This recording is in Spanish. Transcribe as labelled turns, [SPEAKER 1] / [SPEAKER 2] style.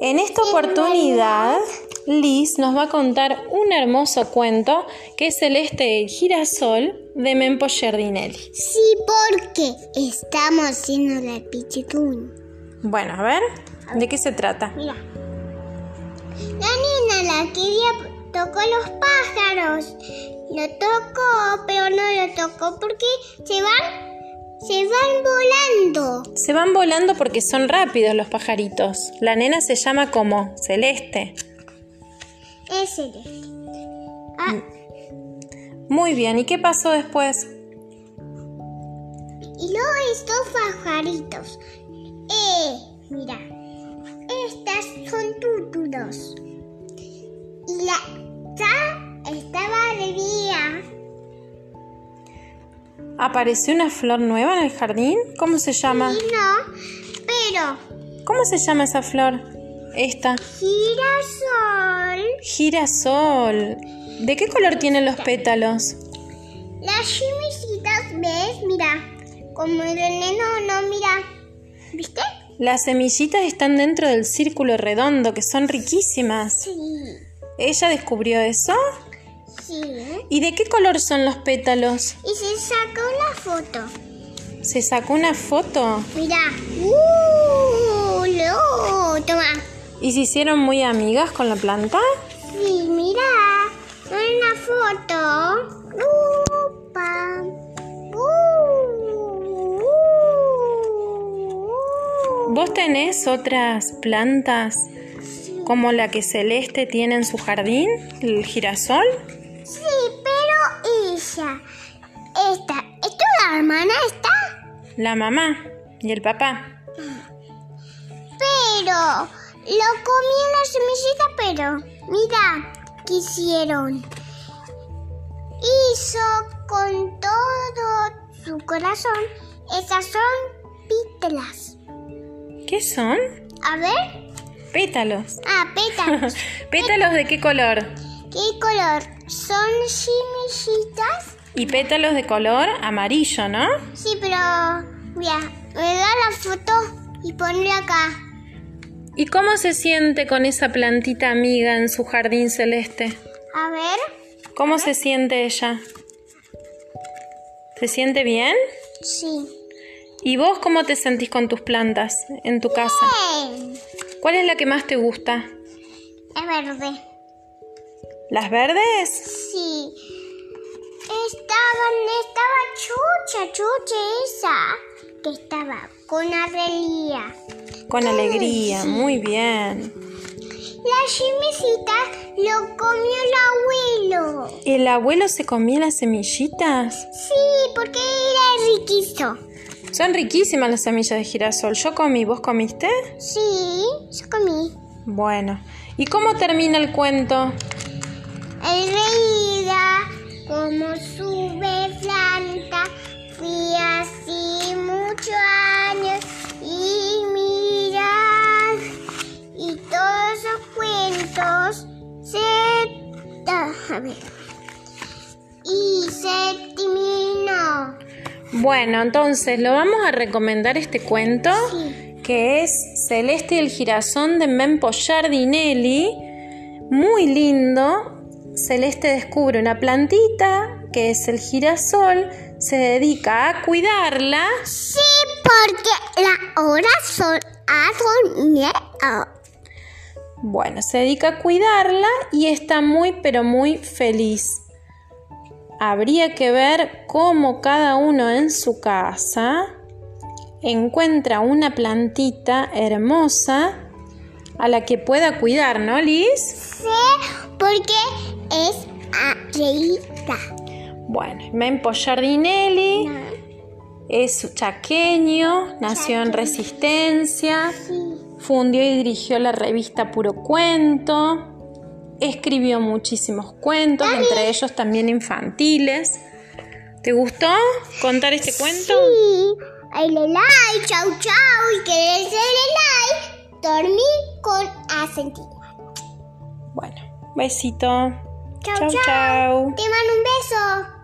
[SPEAKER 1] En esta oportunidad, Liz nos va a contar un hermoso cuento que es Celeste el este girasol de Mempo Giardinelli.
[SPEAKER 2] Sí, porque estamos haciendo la pichitún.
[SPEAKER 1] Bueno, a ver, ¿de qué se trata?
[SPEAKER 2] Mira. La nena, la quería, tocó los pájaros. Lo tocó, pero no lo tocó porque se van, se van volando.
[SPEAKER 1] Se van volando porque son rápidos los pajaritos. La nena se llama como Celeste.
[SPEAKER 2] Ese es. Ah,
[SPEAKER 1] Muy bien, ¿y qué pasó después?
[SPEAKER 2] Y luego estos pajaritos. Eh, mira. Estas son tútulos. Y la ya estaba de día.
[SPEAKER 1] ¿Apareció una flor nueva en el jardín? ¿Cómo se llama?
[SPEAKER 2] Y no, pero
[SPEAKER 1] ¿Cómo se llama esa flor? Esta.
[SPEAKER 2] girasol,
[SPEAKER 1] Girasol. ¿De qué color tienen los pétalos?
[SPEAKER 2] las chimisitas, ¿ves? Mira. Como el veneno, no, mira. ¿Viste?
[SPEAKER 1] Las semillitas están dentro del círculo redondo, que son riquísimas.
[SPEAKER 2] Sí.
[SPEAKER 1] ¿Ella descubrió eso?
[SPEAKER 2] Sí. ¿eh?
[SPEAKER 1] ¿Y de qué color son los pétalos?
[SPEAKER 2] Y se saca una foto.
[SPEAKER 1] ¿Se sacó una foto?
[SPEAKER 2] Mira. ¡Uh! ¡Lo! Toma.
[SPEAKER 1] ¿Y se hicieron muy amigas con la planta?
[SPEAKER 2] Sí, mira. Una foto. ¡Upa! ¡Uh! ¡Uh!
[SPEAKER 1] ¿Vos tenés otras plantas
[SPEAKER 2] ¡Uh!
[SPEAKER 1] como la que Celeste tiene en su jardín, el girasol?
[SPEAKER 2] Sí, pero ella. Esta. ¿Es tu hermana esta?
[SPEAKER 1] La mamá y el papá.
[SPEAKER 2] Pero. Lo comí en la semillita, pero. Mira, ¿qué hicieron? Hizo con todo su corazón. Esas son pítelas.
[SPEAKER 1] ¿Qué son?
[SPEAKER 2] A ver.
[SPEAKER 1] Pétalos.
[SPEAKER 2] Ah, pétalos.
[SPEAKER 1] ¿Pétalos de qué color?
[SPEAKER 2] ¿Qué color? ¿Son semillitas?
[SPEAKER 1] Y pétalos de color amarillo, ¿no?
[SPEAKER 2] Sí, pero mira, me da la foto y ponla acá.
[SPEAKER 1] ¿Y cómo se siente con esa plantita amiga en su jardín celeste?
[SPEAKER 2] A ver.
[SPEAKER 1] ¿Cómo se siente ella? ¿Se siente bien?
[SPEAKER 2] Sí.
[SPEAKER 1] ¿Y vos cómo te sentís con tus plantas en tu casa?
[SPEAKER 2] Bien.
[SPEAKER 1] ¿Cuál es la que más te gusta?
[SPEAKER 2] Es verde.
[SPEAKER 1] ¿Las verdes?
[SPEAKER 2] Sí. Estaban, estaba chucha, chucha esa. Que estaba con arrelía.
[SPEAKER 1] Con alegría, muy bien.
[SPEAKER 2] La chimisita lo comió el abuelo.
[SPEAKER 1] ¿El abuelo se comía las semillitas?
[SPEAKER 2] Sí, porque era riquizo.
[SPEAKER 1] Son riquísimas las semillas de girasol. Yo comí, ¿vos comiste?
[SPEAKER 2] Sí, yo comí.
[SPEAKER 1] Bueno. ¿Y cómo termina el cuento?
[SPEAKER 2] El reída como sube planta, fui así muchos años y mirad, y todos los cuentos se... ta- a ver, y se terminó.
[SPEAKER 1] Bueno, entonces lo vamos a recomendar este cuento que es Celeste y el girasón de Mempo Giardinelli. Muy lindo. Celeste descubre una plantita que es el girasol, se dedica a cuidarla
[SPEAKER 2] Sí, porque la hora son a dormir.
[SPEAKER 1] Bueno, se dedica a cuidarla y está muy pero muy feliz. Habría que ver cómo cada uno en su casa encuentra una plantita hermosa a la que pueda cuidar, ¿no, Liz?
[SPEAKER 2] Sí, porque es a reída.
[SPEAKER 1] Bueno, Mempo Giardinelli es chaqueño, nació en Resistencia.
[SPEAKER 2] Sí.
[SPEAKER 1] Fundió y dirigió la revista Puro Cuento. Escribió muchísimos cuentos, entre ellos también infantiles. ¿Te gustó contar este cuento?
[SPEAKER 2] Sí, dale like, chau chau y querés darle like, dormir con asentir.
[SPEAKER 1] Bueno, besito.
[SPEAKER 2] Chau
[SPEAKER 1] Chau,
[SPEAKER 2] chau.
[SPEAKER 1] chau.
[SPEAKER 2] Te mando un beso.